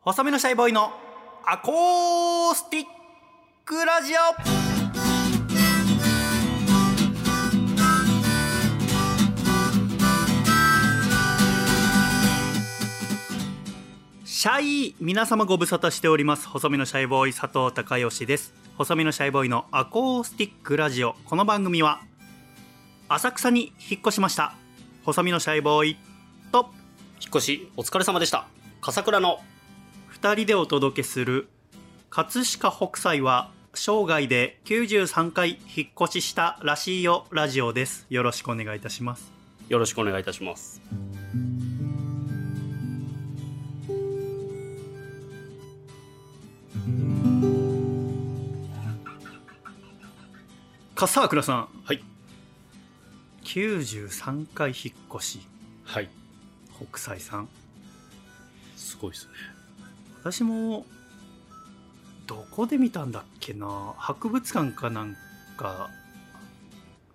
細身のシャイボーイのアコースティックラジオシャイ皆様ご無沙汰しております細身のシャイボーイ佐藤孝義です細身のシャイボーイのアコースティックラジオこの番組は浅草に引っ越しました細身のシャイボーイと引っ越しお疲れ様でした笠倉の2人でお届けする「葛飾北斎は生涯で93回引っ越ししたらしいよ」ラジオですよろしくお願いいたしますよろしくお願いいたします笠倉さんはい93回引っ越しはい北斎さんすごいですね私もどこで見たんだっけな博物館かなんか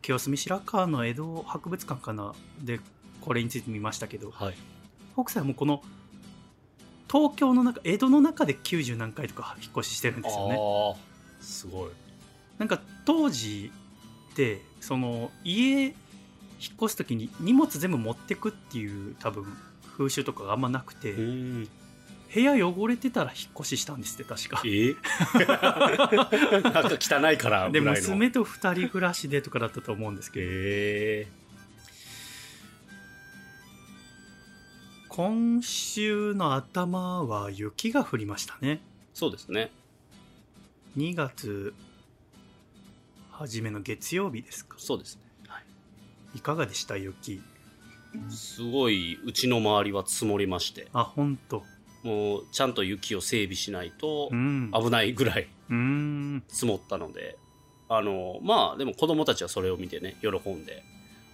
清澄白河の江戸博物館かなでこれについて見ましたけどはい北斎もこの東京の中江戸の中で90何回とか引っ越ししてるんですよねああすごいなんか当時ってその家引っ越す時に荷物全部持ってくっていう多分風習とかがあんまなくてうん部屋汚れてたら引っ越ししたんですって確かえ なんか汚いからぐでらいの娘と2人暮らしでとかだったと思うんですけどえ今週の頭は雪が降りましたねー、そうですね2月初めの月曜日ですかそうですねいかがでした雪すごいうちの周りは積もりましてあ本当もうちゃんと雪を整備しないとうん危ないぐらいうーん積もったのであのまあでも子供たちはそれを見てね喜んで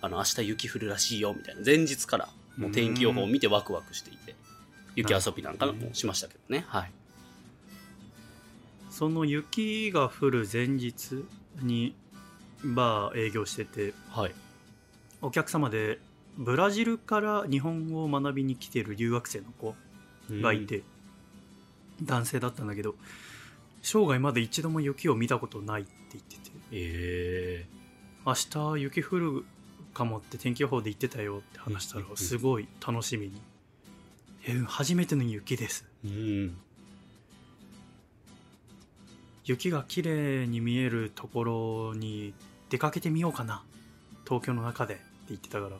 あの明日雪降るらしいよみたいな前日からもう天気予報を見てワクワクしていて雪遊びなんかもしましたけどねはいその雪が降る前日にバー営業しててはいお客様でブラジルから日本語を学びに来てる留学生の子がいて、男性だったんだけど生涯まで一度も雪を見たことないって言っててえ明日雪降るかもって天気予報で言ってたよって話したらうんすごい楽しみに「え初めての雪ですえうん雪が綺麗に見えるところに出かけてみようかな東京の中で」って言ってたから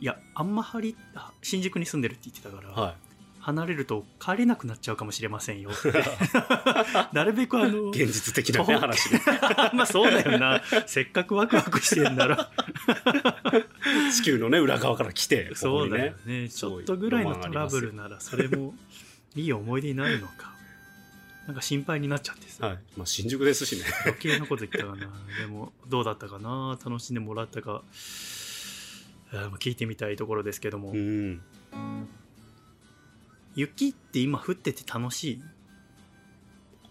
いやあんまはりあ新宿に住んでるって言ってたから、は離れると帰れなくなっちゃうかもしれませんよ って なるべくあのい現実的なね東話 でまあそうだよなせっかくワクワクしてんな ら地球のね裏側から来てこそこうにだよねねちすごょいっとぐらいのトラブルならそれもいい思い出になるのかなんか心配になっちゃってさ、はいまあ新宿ですしね余計なこと言ったかなでもどうだったかな楽しんでもらったかあー聞いてみたいところですけども、 うん雪って今降ってて楽しい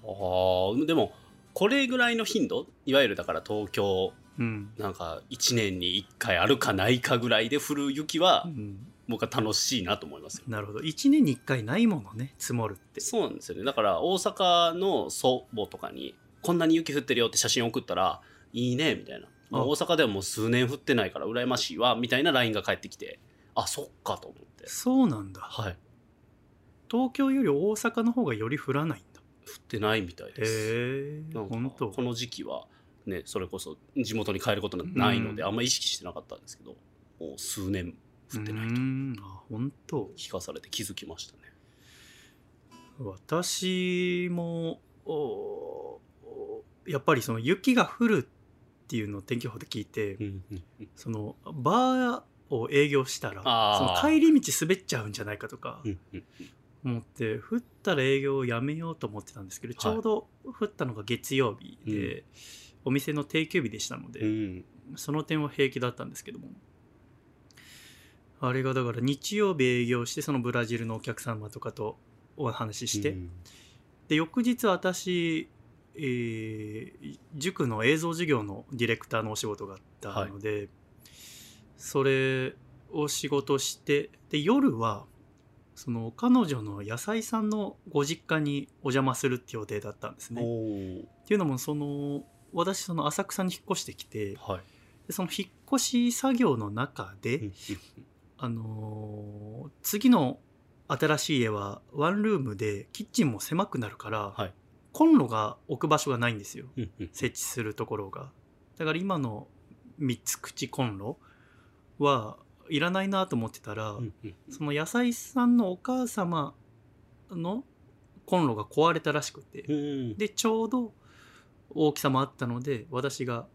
あーでもこれぐらいの頻度いわゆるだから東京うん、なんか1年に1回あるかないかぐらいで降る雪はうん、僕は楽しいなと思いますよ。なるほど1年に1回ないものね積もるってそうなんですよね。だから大阪の祖母とかにこんなに雪降ってるよって写真送ったらいいねみたいな。まああ大阪ではもう数年降ってないから羨ましいわみたいな LINE が返ってきてあそっかと思って。そうなんだはい。東京より大阪の方がより降らないんだ降ってないみたいです。へえなんか本当この時期はねそれこそ地元に帰ることなんてないので、うんあんま意識してなかったんですけどもう数年降ってなういーとんあ本当聞かされて気づきましたね。私もおーやっぱりその雪が降るっていうのを天気予報で聞いて、うんうんうんそのバーを営業したらそのあー帰り道滑っちゃうんじゃないかとかうんうん思って、降ったら営業をやめようと思ってたんですけど、はいちょうど降ったのが月曜日で、お店の定休日でしたので、うんその点は平気だったんですけどもあれがだから日曜日営業してそのブラジルのお客様とかとお話しして、うんで翌日私、えー塾の映像授業のディレクターのお仕事があったので、それを仕事してで夜はその彼女の野菜さんのご実家にお邪魔するって予定だったんですね。おっていうのもその私その浅草に引っ越してきておはいでその引っ越し作業の中で、うんあのー次の新しい家はワンルームでキッチンも狭くなるから、はいコンロが置く場所がないんですようんうん設置するところがだから今の3つ口コンロはいらないなと思ってたら、うんうんその野菜さんのお母様のコンロが壊れたらしくて、うんでちょうど大きさもあったので私が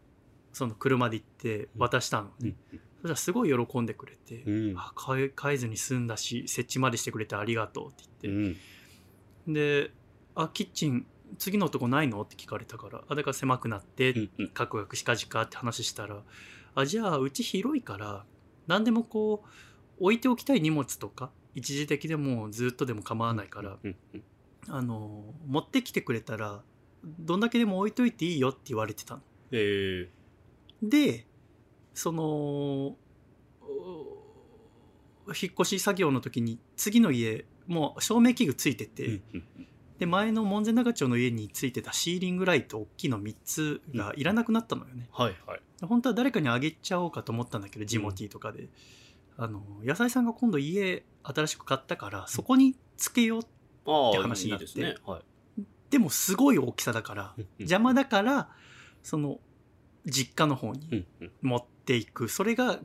その車で行って渡したのうんうねんそしたらすごい喜んでくれてう「んあ変え変えずに済んだし設置までしてくれてありがとう」ってう言って、んで「あキッチン次のとこないの?」って聞かれたから「あだから狭くなって」うんうんカクカクしかじかって話したら「あじゃあうち広いから何でもこう置いておきたい荷物とか一時的でもずっとでも構わないからうんうんあの持ってきてくれたらどんだけでも置いといていいよって言われてたの。えーでそのお引っ越し作業の時に次の家もう照明器具ついてて、うんうんで前の門前仲町の家についてたシーリングライト大きいの3つがいらなくなったのよね。はいはい本当は誰かにあげちゃおうかと思ったんだけどジモティーとかで、あの野菜さんが今度家新しく買ったからそこにつけようあってあ話にいないってですねはいでもすごい大きさだからうんうん邪魔だからその実家の方うにんうん持っていくそれが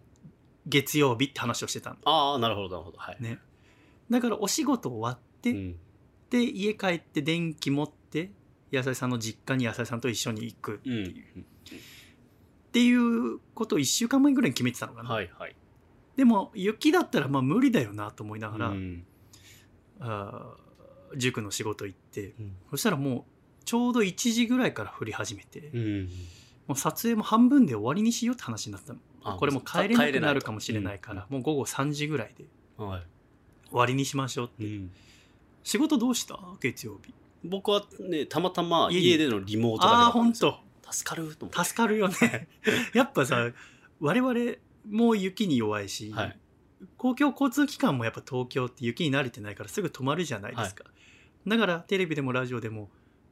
月曜日って話をしてたんだああなるほどなるほどはいねだからお仕事終わって、うんで家帰って電気持って野菜さんの実家に野菜さんと一緒に行くっうんていうことを1週間前ぐらいに決めてたのかな、はいはいでも雪だったらまあ無理だよなと思いながら、うんあー塾の仕事行ってうんそしたらもうちょうど1時ぐらいから降り始めて、うんもう撮影も半分で終わりにしようって話になったのあこれもう帰れなくなるかもしれないとから、もう午後3時ぐらいでうんはい終わりにしましょうって、うん仕事どうした月曜日僕はねたまたまいえいえ家でのリモートだけあだあったん本ですよ当助かると思って助かるよね やっぱさ我々もう雪に弱いし、はい公共交通機関もやっぱ東京って雪に慣れてないからすぐ止まるじゃないですか、だからテレビでもラジオでも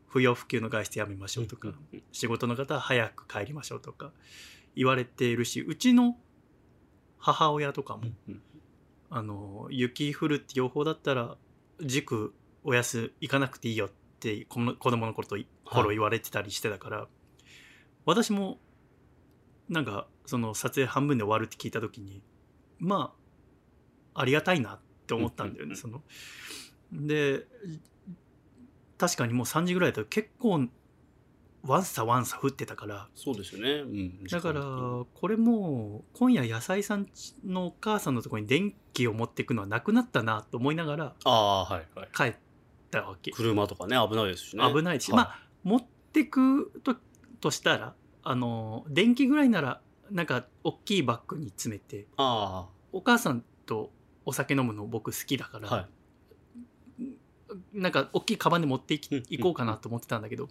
不要不急の外出やめましょうとか、うん仕事の方は早く帰りましょうとか言われているしうちの母親とかも、うんあの雪降るって予報だったら塾お休行かなくていいよってこの子供の頃と頃言われてたりしてたから、私もなんかその撮影半分で終わるって聞いた時にまあありがたいなって思ったんだよね、うんうんうんそので確かにもう3時ぐらいだと結構ワンサワンサ降ってたからそうですよね、うん、だから時間的にこれもう今夜野菜さんちのお母さんのところに電気を持っていくのはなくなったなと思いながらああはいはい帰ったわけ、車とかね危ないですしね危ないし、はまあ持ってくととしたらあの電気ぐらいならなんか大きいバッグに詰めてあお母さんとお酒飲むの僕好きだかあら、はいなんか大きいカバンで持っていきうん行こうかなと思ってたんだけど、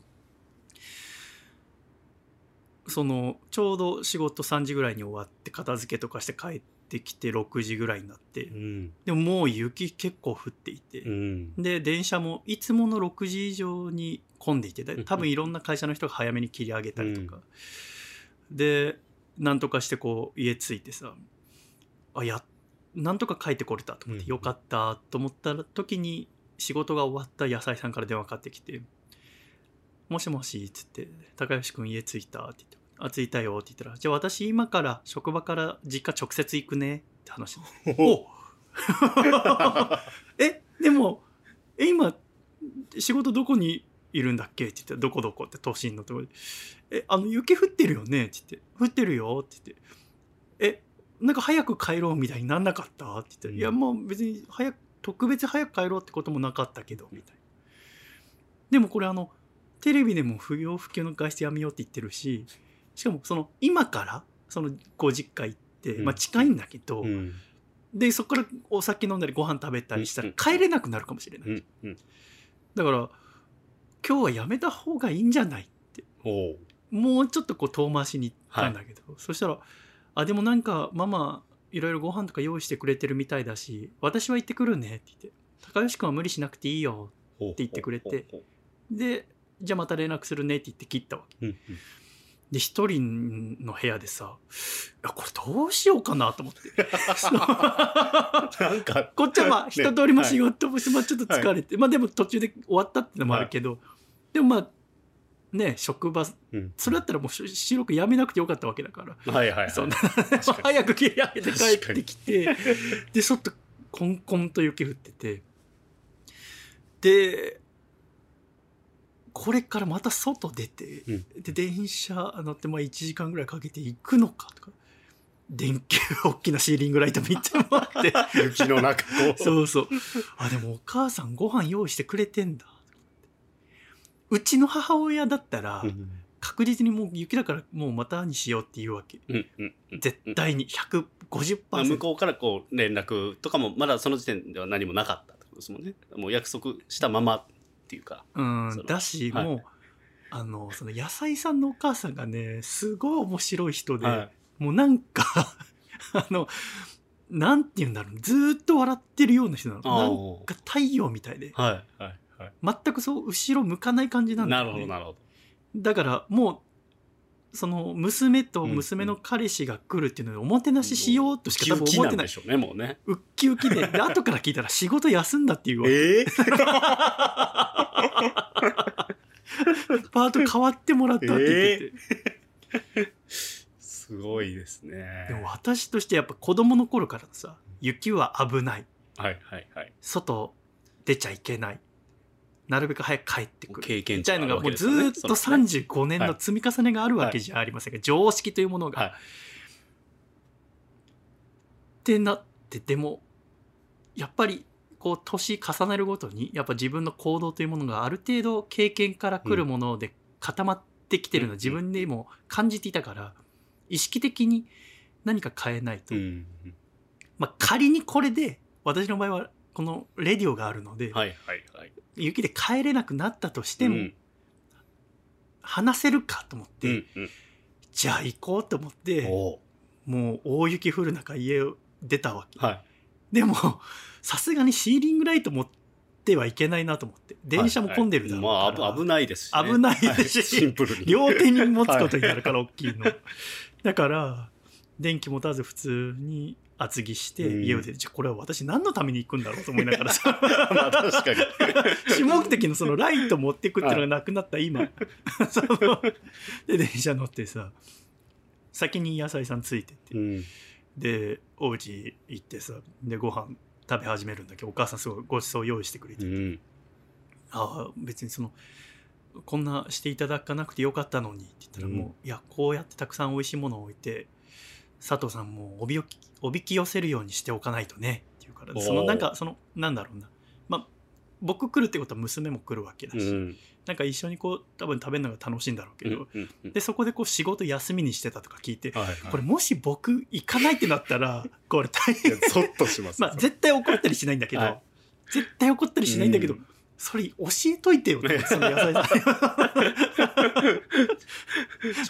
そのちょうど仕事3時ぐらいに終わって片付けとかして帰ってきて6時ぐらいになって、うんでももう雪結構降っていて、うんで電車もいつもの6時以上に混んでいてんうん多分いろんな会社の人が早めに切り上げたりとか、でなんとかしてこう家着いてさあやなんとか帰ってこれたと思って、うんうんよかったと思った時に仕事が終わった野菜さんから電話かかってきて「もしもし」っつって「高吉君家着いた」って言って「あ着いたよ」って言ったら「じゃあ私今から職場から実家直接行くね」って話お えでもえ今仕事どこにいるんだっけって言って「どこどこ」って都心のところで「えあの雪降ってるよね」って言って「降ってるよ」って言って「えなんか早く帰ろう」みたいになんなかったって言って「いやもう別に早く特別早く帰ろうってこともなかったけど」みたいな。でもこれあのテレビでも不要不急の外出やめようって言ってるししかもその今からそのご実家行って、うんまあ、近いんだけど、うんでそこからお酒飲んだりご飯食べたりしたらうん帰れなくなるかもしれない、うんうんだから今日はやめた方がいいんじゃないおおうもうちょっとこう遠回しに行ったんだけど、そしたら「あでもなんかママいろいろご飯とか用意してくれてるみたいだし私は行ってくるね」って言って「高吉君は無理しなくていいよほうって言ってくれてほうほうでじゃあまた連絡するねって言って切ったわけほううんで一人の部屋でさいやこれどうしようかなと思ってそううんなんかこっちはまあね一通りも仕事もしまあちょっと疲れて、まあでも途中で終わったってのもあるけど、でもまあね職場うんそれだったらもうし収録やめなくてよかったわけだからはいはいはいそんな確か早く切り上げて確帰かっにてきてでちょっとコンコンと雪降っててでこれからまた外出て、うんで電車乗ってまあ1時間ぐらいかけて行くのかとか電球大きなシーリングライト見てもらってに雪の中こ うそうそう。あ、でもお母さんご飯用意してくれてんだ。うちの母親だったらう、ん確実にもう雪だからもうまたにしようって言うわけ。うんうんうん絶対に150%。まあ、向こうからこう連絡とかもまだその時点では何もなかったってことですもんねもう約束したままっていうかうそのん、だし、はいもう、あの、その野菜さんのお母さんがね、すごい面白い人で、はもうなんか、 あの、なんて言うんだろう、ずーっと笑ってるような人なの。なああんか太陽みたいで、はいはいはい全くそう、後ろ向かない感じなんだなよるね。ほどなるほどだからもうその娘と娘の彼氏が来るっていうのでおもてなししようとしか多分思なってんないでしょうねもうねウッキウキ でで後から聞いたら仕事休んだっていうわええパート変わってもらったって言ってて、 すごいですねでも私としてやっぱ子供の頃からさ雪は危ないはいはいはい外出ちゃいけないなるべく早く帰ってくる経験みたいのがもうずなーわっけですとよねそうですね35年の積み重ねがあるわけじゃありませんが、常識というものが。はいってなってでもやっぱりこう年重ねるごとにやっぱ自分の行動というものがある程度経験から来るもので固まってきてるのはうん自分でも感じていたから意識的に何か変えないと、うんまあ、仮にこれで私の場合はこのレディオがあるので、はいはいはい雪で帰れなくなったとしてうもん話せるかと思って、うんうんじゃあ行こうと思っておうもう大雪降る中家を出たわけはいでも さすがにシーリングライト持ってはいけないなと思って電車も混んでるだろうはかいら、まあ危危ないですしね危ないはいしシンプルに両手に持つことになる から大きいの、だから電気持たず普通に厚着してうん家を出て、じゃあこれは私何のために行くんだろうと思いながらさ まあ確 かに主目的のそのライト持ってくっていうのがなくなった 今そので電車乗ってさ先に野菜さんついてってうんでお家行ってさでご飯食べ始めるんだけどお母さんすごいごちそう用意してくれて、うんああ別にそのこんなしていただかなくてよかったのにって言ったらもう、うんいやこうやってたくさん美味しいものを置いて佐藤さんもおびよきおびき寄せるようにしておかないとねっていうからおーそのなんかそのなんだろうなまあ僕来るってことは娘も来るわけだし、うんなんか一緒にこう多分食べるのが楽しいんだろうけうど、んうんうんでそこでこう仕事休みにしてたとか聞いて、はいはいこれもし僕行かないってなったらこれ大い変やゾッとしますまあ絶対怒ったりしないんだけど、はい絶対怒ったりしないんだけど、うんそれ教えといてよってその野菜さん ま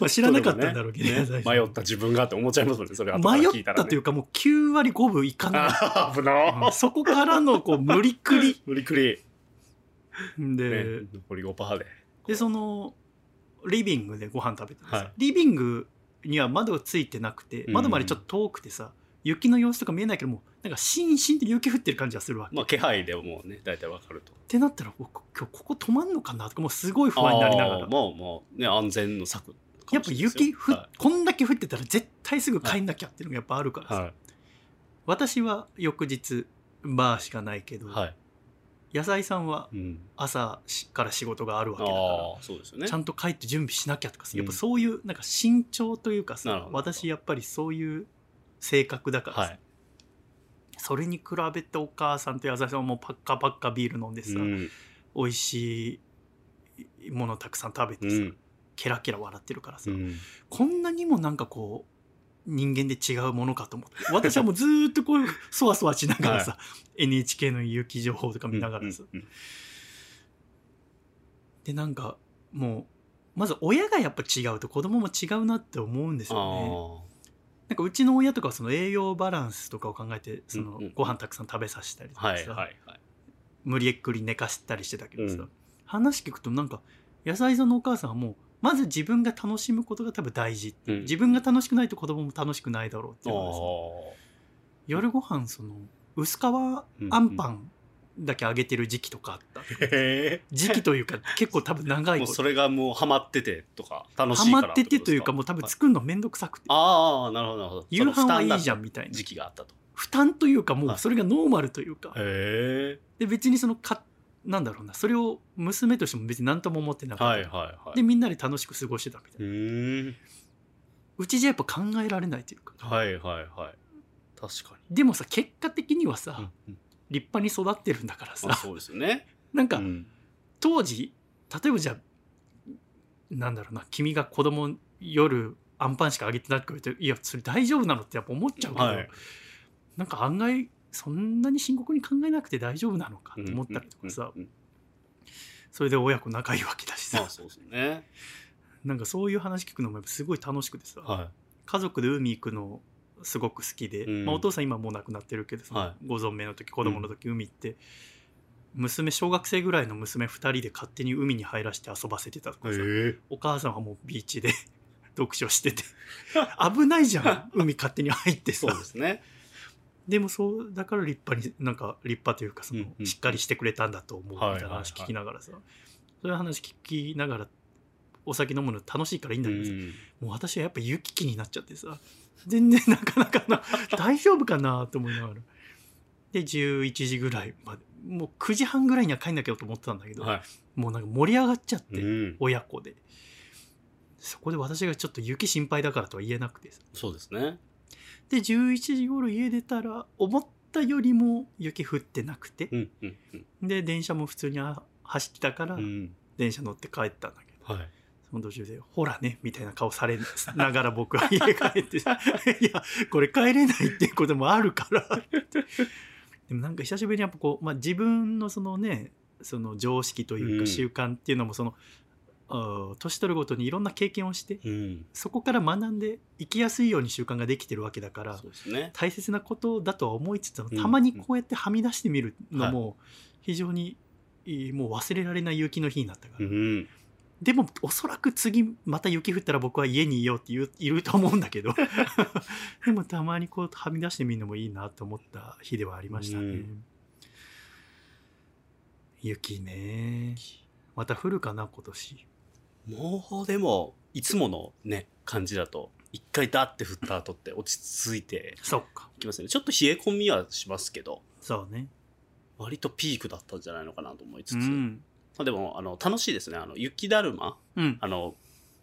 あ知らなかったんだろうけど、ね野菜さん迷った自分がって思っちゃいますもんねそれ後から聞迷いったたら、ね、というかもう9割5分いかな、あ ー危ないうんそこからのこう無理くり無理くり、で,、 ね、残り5パーででそのリビングでご飯食べてさ、はいリビングには窓ついてなくてうん窓までちょっと遠くてさ、雪の様子とか見えないけどもなんかしんしんって雪降ってる感じがするわけまあ気配でもうね大体わかるとってなったら僕今日ここ止まんのかなとかもうすごい不安になりながあらーまあまあね安全の策やっぱ雪ふ、はこんだけ降ってたら絶対すぐ帰んなきゃっていうのがやっぱあるからいさ、私は翌日バーしかないけど、はい、はい野菜さんはうん、朝しから仕事があるわあけだからあそうですよねちゃんと帰って準備しなきゃとかさ、うんやっぱそういうなんか慎重というかなるさほど私やっぱりそういう性格だからさ、はいそれに比べてお母さんと野菜さんはもうパッカパッカビール飲んでさ、うん美味しいものたくさん食べてうさ、んケラケラ笑ってるからさ、うんこんなにもなんかこう人間で違うものかと思って私はもうずーっとこうそわそわしながらさ、NHK の有機情報とか見ながらさ、うんうんでなんかもうまず親がやっぱ違うと子供も違うなって思うんですあよね。なんかうちの親とかはその栄養バランスとかを考えてそのうんうんご飯たくさん食べさせたりとあかはいさ、はいはい無理やっくり寝かしたりしてたけどさ、うん話聞くとなんか野菜さんのお母さんはもうまず自分が楽しむことが多分大事、うん自分が楽しくないと子供も楽しくないだろうってあいうのがさ夜ご飯その薄皮あんパンだけあげてる時期とかあった、ーへ時期という か結構多分長えいもことうそれがもうハマっててとか楽ハしいからマっててというかもう多分作るのめんどくさくて、ああなるほどなるほど夕飯はいいじゃんその負担だっみたいたな時期があったと負担というかもはういそれがノーマルというか、へえで別にそのかなんだろうなそれを娘としても別に何とも思ってなかった、はいはいはいでみんなで楽しく過ごしてたみたいうな、ーんうちじゃやっぱ考えられないというかはいはいはい確かでもさ結果的にはさ、に、うん立派に育ってるんだからまあさそうですよねなんか、うん当時例えばじゃあなんだろうな君が子供夜アンパンしかあげてなくていやそれ大丈夫なのってやっぱ思っちゃうけど、はいなんか案外そんなに深刻に考えなくて大丈夫なのかって思ったりとかさ、うんうんそれで親子仲いいわけだしまさ、あそうですよねなんかそういう話聞くのもやっぱすごい楽しくてさ、は家族で海行くのすごく好きで、うんまあ、お父さん今もう亡くなってるけど、そのはご存命の時子供の時海行って、娘小学生ぐらいの娘2人で勝手に海に入らせて遊ばせてたといかさ、お母さんはもうビーチで 読書して て危ないじ ゃん海勝手に入ってさそうですねでもそうだから立派になんか立派というかその、うんうんしっかりしてくれたんだと思うみたいはないはいはい話聞きながらさ、そういう話聞きながらお酒飲むの楽しいからいいんだけどさ、もう私はやっぱ雪気になっちゃってさ全然なかなかな 大丈夫かなと思いながらで11時ぐらいまでもう9時半ぐらいには帰んなきゃと思ってたんだけど、はもうなんか盛り上がっちゃっいて、うん親子でそこで私がちょっと雪心配だからとは言えなくてさそうですねで11時頃家出たら思ったよりも雪降ってなくてうんうんうんで電車も普通にあ走ってたからうん電車乗って帰ったんだけど、はいその途中で、ほらね、みたいな顔されながら僕は家帰って、い や、これ帰れないっていうこともあるから。でもなんか久しぶりにやっぱこう、まあ自分のそのね、その常識といううかん習慣っていうのもその、あー年取るごとにいろんな経験をして、うんそこから学んで生きやすいように習慣ができてるわけだからそ、うですね大切なことだとは思いつつも、うんたまにこうやってはみ出してみるのも、非常にいいもう忘れられない雪の日になったからう。んでもおそらく次また雪降ったら僕は家にいようって言う いると思うんだけ どでもたまにこうはみ出してみるのもいいなと思った日ではありましたね、うん雪ねまた降るかな今年もうでもいつものね感じだと一回ダって振った後って落ち着いてそうかいきますよねちょっと冷え込みはしますけどそうね割とピークだったんじゃないのかなと思いつつ、うまん、あ、でもあの楽しいですねあの雪だるまうん、あの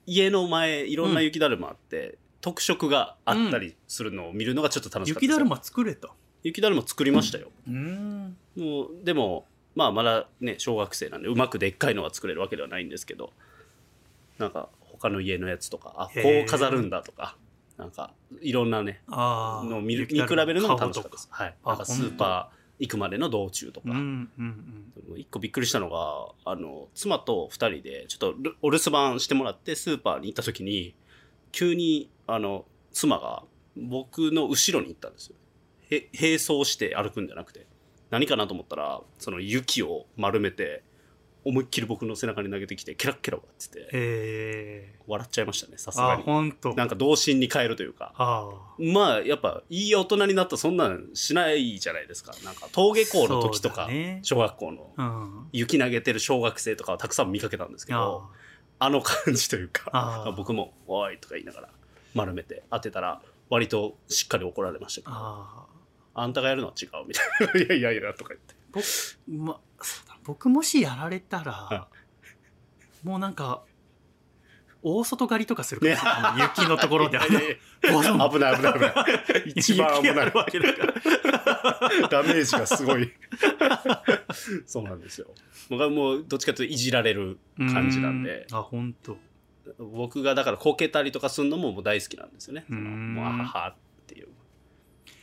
家の前いろんな雪だるまあって、特色があったりするのを見るのがちょっと楽しかった雪ですよだるま作れた雪だるま作りましたよ、うんもうでもまあまだね小学生なんでうまくでっかいのは作れるわけではないんですけどなんか他の家のやつとかあへーこう飾るんだとかなんかいろんなねああのを見る見比べるのも楽しかったです、はい、あなんかスーパー行くまでの道中とか、うんうんでも一個びっくりしたのがあの妻と二人でちょっとるお留守番してもらってスーパーに行った時に急にあの妻が僕の後ろに行ったんですよへ並走して歩くんじゃなくて何かなと思ったらその雪を丸めて思いっきり僕の背中に投げてきてケラッケラ笑っててえ笑っちゃいましたねさー、すあがーにほんとなんか童心に帰るというかあーまあやっぱいい大人になったらそんなんしないじゃないですかなんか登下校の時とそうか、だね小学校のうん雪投げてる小学生とかはたくさん見かけたんですけどあーあの感じというあーか僕も「おい」とか言いながら丸めて当てたら割としっかり怒られましたけど「あーあんたがやるのは違う」みたいな「いやいやいや」とか言ってま、そうだ僕もしやられたら、はもうなんか大外狩りとかするかもしれないあの雪のところ であのいやいやいボソンや危ない危ない危ない一番危雪あないるわけだからダメージがすごい そうなんですよ僕はもうどっちかというといじられる感じなんでうあ本当僕がだからこけたりとかするのももう大好きなんですよねうそんのもうあははっていう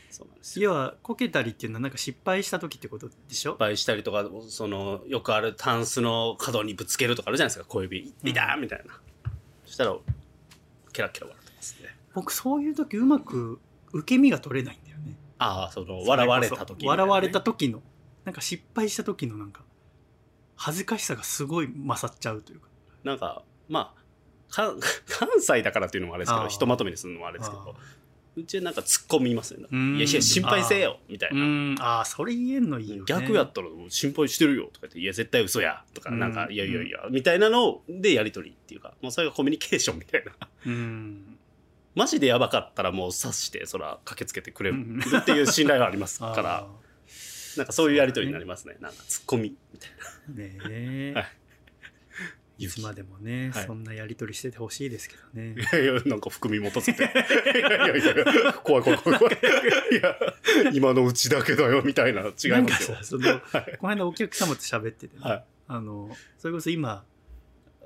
そうなんですよ要はこけたりっていうのはなんか失敗した時ってことでしょ失敗したりとかそのよくあるタンスの角にぶつけるとかあるじゃないですか小指「うんいた!」みたいな、そしたらケラケラ笑ってますね僕そういう時うまく受け身が取れないんだよねああその笑われた時みたいなね、笑われた時のなんか失敗した時のなんか恥ずかしさがすごい勝っちゃうというかなんかまあか 関西だからっていうのもあれですけあどーひとまとめにするのもあれですけどうちはなんか突っ込みますね「うんいやいや心配せえよ」みたいうな。んああそれ言えんのいいよ、ね、逆やったら心配してるよとか言って「いや絶対嘘や」とか「うんなんかいやいやいや」みたいなのでやり取りっていうかもうそれがコミュニケーションみたいなうんマジでやばかったらもう察してそら駆けつけてくれうるんっていう信頼がありますあー からなんかそういうやり取りになりますねなんかツッコミみたいなねえ、はいい、つまでもね、はいそんなやり取りしててほしいですけどねいやいや、なんか含み持たせて。いやいやいや、怖い怖い怖い怖い。いや、今のうちだけだよ、みたいな。違いますよ。なんかさそのはい。この間お客様と喋ってて、ねはい。あのそれこそ今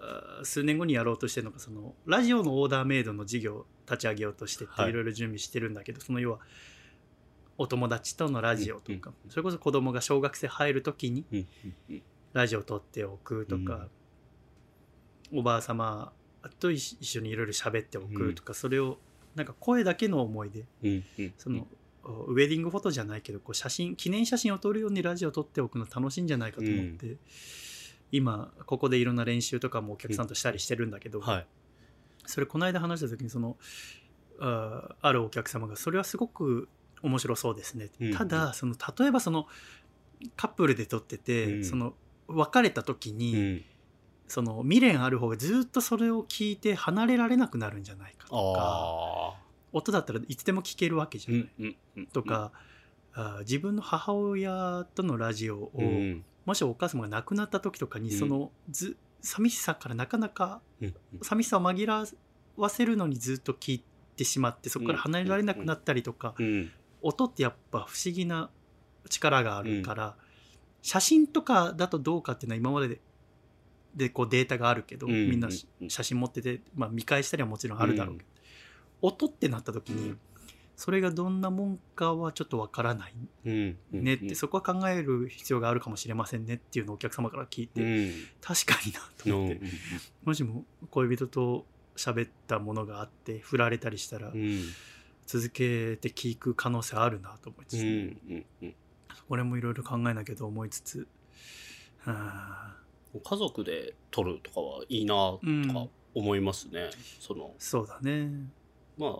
あー数年後にやろうとしてるのがそのラジオのオーダーメイドの事業を立ち上げようとしてってはいいろいろ準備してるんだけど、その要はお友達とのラジオとか、それこそ子供が小学生入る時にうんうんラジオ撮っておくとか、おばあ様と一緒にいろいろ喋っておくとか、それをなんか声だけの思いでうんうん。その、おウェディングフォトじゃないけどこう写真記念写真を撮るようにラジオ撮っておくの楽しいんじゃないかと思って、今ここでいろんな練習とかもお客さんとしたりしてるんだけど、はい。それこの間話した時にそのああるお客様がそれはすごく面白そうですね、うんただその例えばそのカップルで撮ってて、うんその別れた時に、うん。その未練ある方がずっとそれを聞いて離れられなくなるんじゃないかとかああ。音だったらいつでも聞けるわけじゃうない。んうんうん。とか、あー自分の母親とのラジオを、うん、うん。もしお母様が亡くなった時とかに、うんそのず寂しさからなかなかうん寂しさを紛らわせるのにずっと聞いてしまってそこから離れられなくなったりとか、うん。音ってやっぱ不思議な力があるから、写真とかだとどうかっていうのは今までででこうデータがあるけど、うんみんなうんうん写真持ってて、まあ、見返したりはもちろんあるだろうけど、音ってなった時に、うんそれがどんなもんかはちょっとわからないうん。うんねって、そこは考える必要があるかもしれませんねっていうのをお客様から聞いて、うん。確かになうと思んっうて、んもしも恋人と喋ったものがあって振られたりしたら、うん。続けて聞く可能性あるなと思いつうつ、んうんうん。これもいろいろ考えなきゃと思いつつあー家族で撮るとかはいいなとか思いますね。その、そうだねまあ、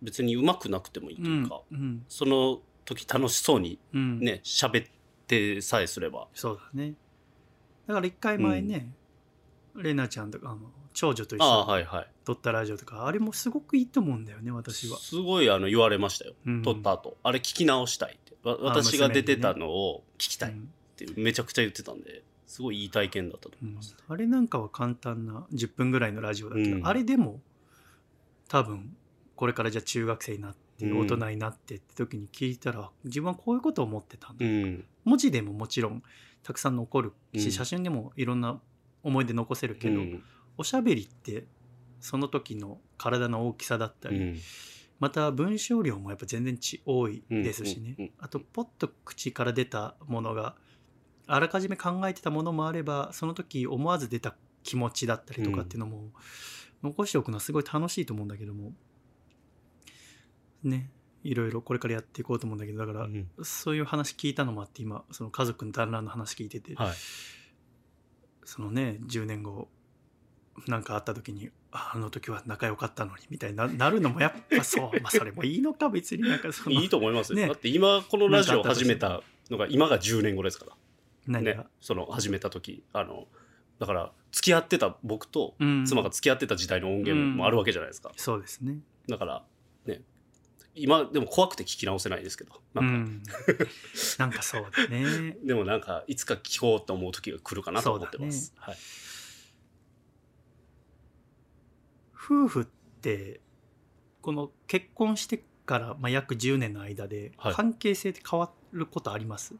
別にうまくなくてもいいとういんうか、うんその時楽しそうにうんね喋ってさえすればそうだねだから一回前ね、レナちゃんとかあの長女と一ああ緒にはいはい撮ったラジオとかあれもすごくいいと思うんだよね私は、すごいあの言われましたようん撮った後、あれ聞き直したいってわ私が出てたのを聞きたいっうんてめちゃくちゃ言ってたんですごいいい体験だったとう思いんます、あれなんかは簡単な10分ぐらいのラジオだけど、うんあれでも多分これからじゃあ中学生になってうん大人になってって時に聞いたら自分はこういうことを思ってたんだ、うん文字でももちろんたくさん残るし、うん写真でもいろんな思い出残せるけど、うんおしゃべりってその時の体の大きさだったうり、んまた文章量もやっぱ全然ち多いですしね、うんうんうんあとポッと口から出たものがあらかじめ考えてたものもあればその時思わず出た気持ちだったりとかっていうのも残しておくのはすごい楽しいと思うんだけどもねいろいろこれからやっていこうと思うんだけどだからうんそういう話聞いたのもあって今その家族の団らんの話聞いてて、はいそのね10年後なんかあった時にああの時は仲良かったのにみたいにななるのもやっぱ そうまあそれもいいのか別になんかそのいいと思いますよ、ねだって今このラジオを始めたのが今が10年後ですかならんかねその始めた時あのだから付き合ってた僕とうん、妻が付き合ってた時代の音源もあるわけじゃないですか、そうですねだからね今でも怖くて聞き直せないですけどなんか、うん、なんかそうだねでもなんかいつか聞こうと思う時が来るかなと思ってます。はい、夫婦ってこの結婚してから、まあ、約10年の間ではい関係性って変わることあります、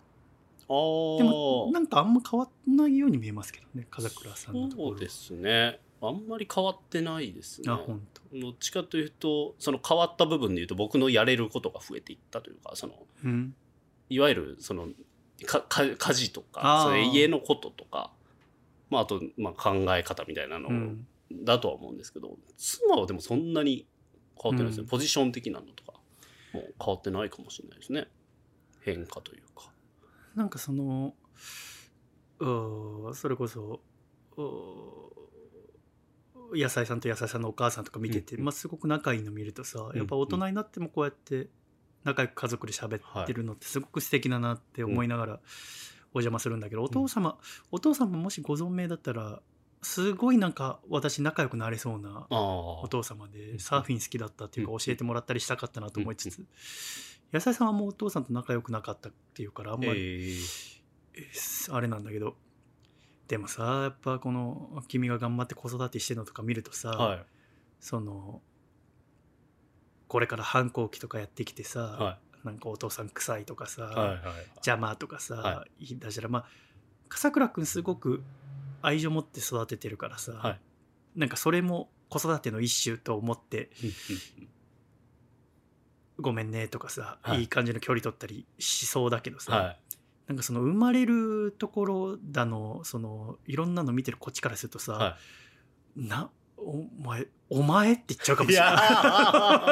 あーでもなんかあんま変わんないように見えますけどね風倉さんのところそうですねあんまり変わってないですねあ。本当。どっちかというとその変わった部分でいうと僕のやれることが増えていったというかそのうんいわゆるそのかか家事とあかーそれ家のこととか、まあ、あと、まあ、考え方みたいなのうんだとは思うんですけど妻はでもそんなに変わってないですね、うんポジション的なのとかもう変わってないかもしれないですね変化というかなんかそのうーそれこそうー野菜さんと野菜さんのお母さんとか見てて、うんうんまあ、すごく仲いいの見るとさうんやっぱ大人になってもこうやって仲良く家族で喋ってるのってすごく素敵だなって思いながらお邪魔するんだけど、お父様お父様もしご存命だったらすごいなんか私仲良くなれそうなああお父様でんサーフィン好きだったっていうかうん教えてもらったりしたかったなと思いつつ野菜さんはもうお父さんと仲良くなかったっていうからあんまりえええーあれなんだけどでもさやっぱこの君が頑張って子育てしてるのとか見るとさはそのこれから反抗期とかやってきていはさなんかお父さん臭いとかいはいさはい邪魔とかさは言い出したらまあ笠倉くんすごく愛情持って育ててるからはさいなんかそれも子育ての一種と思ってうんうんごめんねとかさ、はいいい感じの距離取ったりしそうだけどさ、はなんかその生まれるところだのそのいろんなの見てるこっちからするとさ「いはなお前お前」って言っちゃうかもいいしれない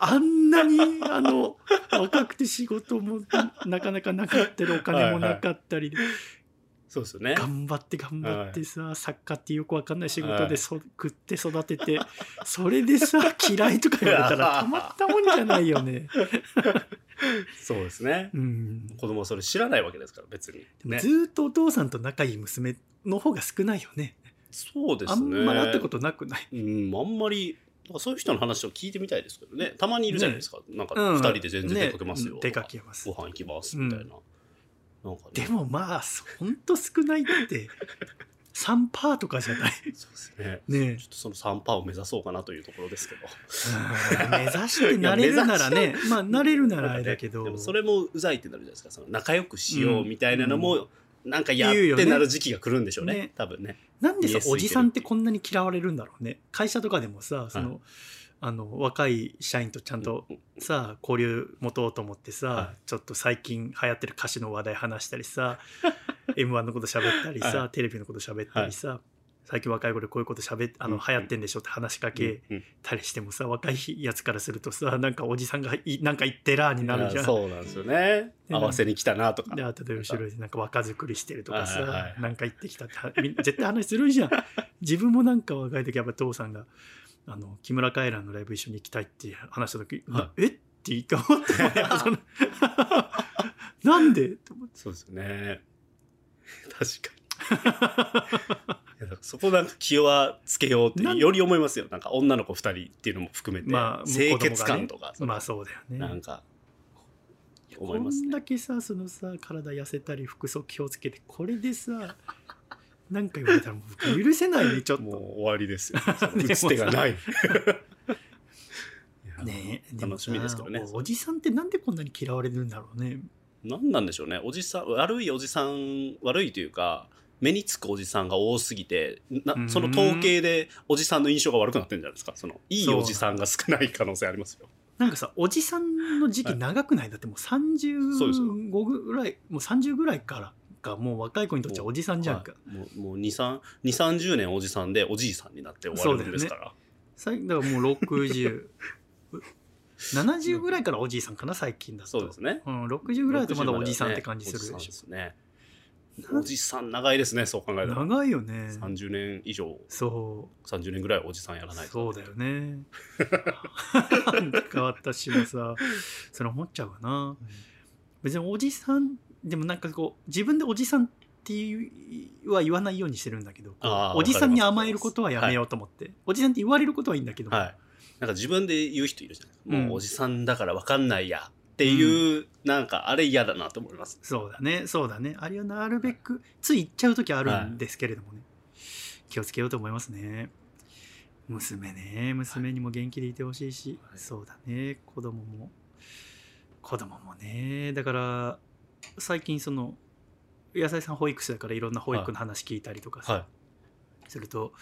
あんなにあの若くて仕事もなかなかなかったりお金もなかったりで、そうですよね頑張って頑張ってさ、作家ってよくわかんない仕事でそ、食って育ててそれでさ嫌いとか言われたらたまったもんじゃないよね。そうですねうん子供はそれ知らないわけですから別にねずーっとお父さんと仲いい娘の方が少ないよね。そうであすんねまり会ったことなくない。うんあんまりなんかそういう人の話を聞いてみたいですけどねたまにいるじゃないですかなんか二人で全然出かけますよね出かけますご。飯行きますみたいななんかねでもまあ、ほんと少ないって、3%パーとかじゃない。そうですねねちょっとその3パーを目指そうかなというところですけど。うん 目指してなれるならね、まあ、なれるならあれだけでども、それもうざいってなるじゃないですか。その仲良くしようみたいなのも、なんかや言うっよねてなる時期が来るんでしょうね。ね多分ね。なんでさ見え、すぎてるおじさんってこんなに嫌われるんだろうね。会社とかでもさ、その、はあの、若い社員とちゃんとうんさ交流持とうと思ってさ、はちょっと最近流行ってる歌詞の話題話したり さ m 1のこと喋ったりさ、はテレビのこと喋ったりさ、最近若い頃こういうこと喋っあうのん流行ってんでしょって話しかけうんたりしてもさ、若いやつからするとさなんかおじさんがいなんか言ってらーになるじゃん。そうなんですよね。で合わせに来たなとか。で後で後ろでなんか若作りしてるとかさ、はいはいはいなんか言ってきたって はみんな絶対話するじゃん自分もなんか若い時やっぱ父さんがあの木村カエラのライブ一緒に行きたいって話した時「はえっ?」ていいかもって思って その なんでと思ってそうですよね。 確かに。いやだからそこなんか気はつけようってなんより思いますよ。なんか女の子二人っていうのも含めて、まあ清潔感とか、まあそうだよねなんか、思こいますんね。だけさそのさ体痩せたり服装気をつけてこれでさなんか言われたらもう僕許せないねちょっもうと。終わりですよ。 でも打さつ手がない。いやねえ、でも楽さしみですけどね。おおじさんってなんでこんなに嫌われるんだろうね。何なんでしょうね。おじさん、悪いおじさん、悪いというか、目につくおじさんが多すぎて、なうんその統計でおじさんの印象が悪くなってるんじゃないですか。その、いいそうおじさんが少ない可能性ありますよ。なんかさおじさんの時期長くない、だってもうそうですよ35ぐらいもう30ぐらいからがもう若い子にとってはおじさんじゃんか、はいもう、もう2、3、二三十年おじさんでおじいさんになって終わるんですから。さいだからもう6070 ぐらいからおじいさんかな最近だとそうですね。うん、60ぐらいだとまだおじさんって感じするおでじしさんですね。なんおじさん長いですね、そう考えょたら。長いよね30年以上、そ30年ぐらいおじさんやうらないと。そうだよ ね なんか変わったしもさそれ思っちゃうかな別におじさんでもなんかこう自分でおじさんっていうは言わないようにしてるんだけどこうあーおじさんにわかります甘えることはやめようと思って、おじさんって言われることはいいんだけど、はい。なんか自分で言う人いるじゃない、うんもうおじさんだからわかんないやっていう、なんかあれ嫌だなと思います。そうだねそうだねあれはなるべくつい言っちゃう時あるんですけれどもね、気をつけようと思いますね娘ね娘にも元気でいてほしいし、はいそうだね子供も子供もねだから最近その野菜さん保育士だからいろんな保育の話聞いたりとかさ、はすると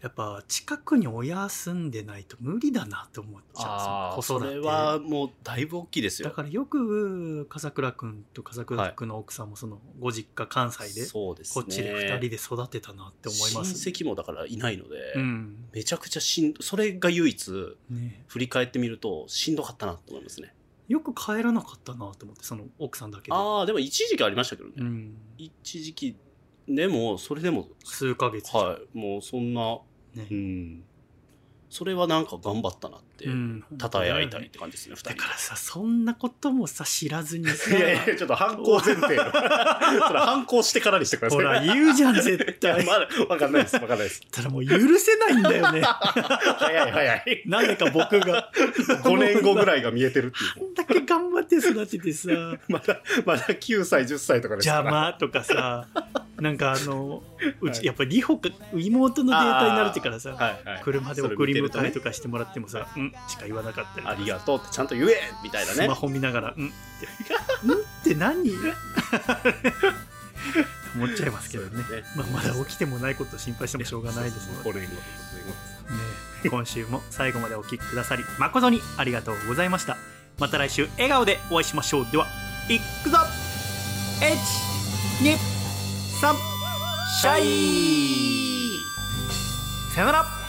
やっぱ近くに親住んでないと無理だなと思っちゃあうあ、そその子れ育はてもうだいぶ大きいですよ。だからよく笠倉君と笠倉君の奥さんもそのご実家関西でそうですこね。っちで2人で育てたなって思います親戚もだからいないので、うんめちゃくちゃしん、それが唯一ね振り返ってみるとしんどかったなと思いますね。よく帰らなかったなと思ってその奥さんだけで、ああでも一時期ありましたけどね、うん、一時期でもそれでも数ヶ月、はいもうそんなねうんそれはなんか頑張ったなってうんたたえ合いたいって感じですね、二だ人からさそんなこともさ知らずにさ いやいや、ちょっと反抗 前提の。それ反抗してからにしてください。ほら言うじゃん絶いや対まだ、わかんないです、わかんないです。たらもう許せないんだよね 早い早い。なんでか僕が5年後ぐらいが見えてるってあいうんだけ頑張って育ててさまだ、まだ9歳、10歳とかですから。邪魔とか さなんかあのうち、はいやっぱりホか妹のデータになるってからさはいはい。車で送りそ迎れえ見てとるかしてもらってもさ「うん」しか言わなかったりねありがとうってちゃんと言えみたいなスマね。ホ見ながら「うん」 って「うん」って何思っちゃいますけどねそうですまあ、まだ起きてもないことを心配してもしょうがないですので、 5年後。ねえ今週も最後までお聴きくださり誠にありがとうございましたまた来週笑顔でお会いしましょうではいっくぞ123シャイさよなら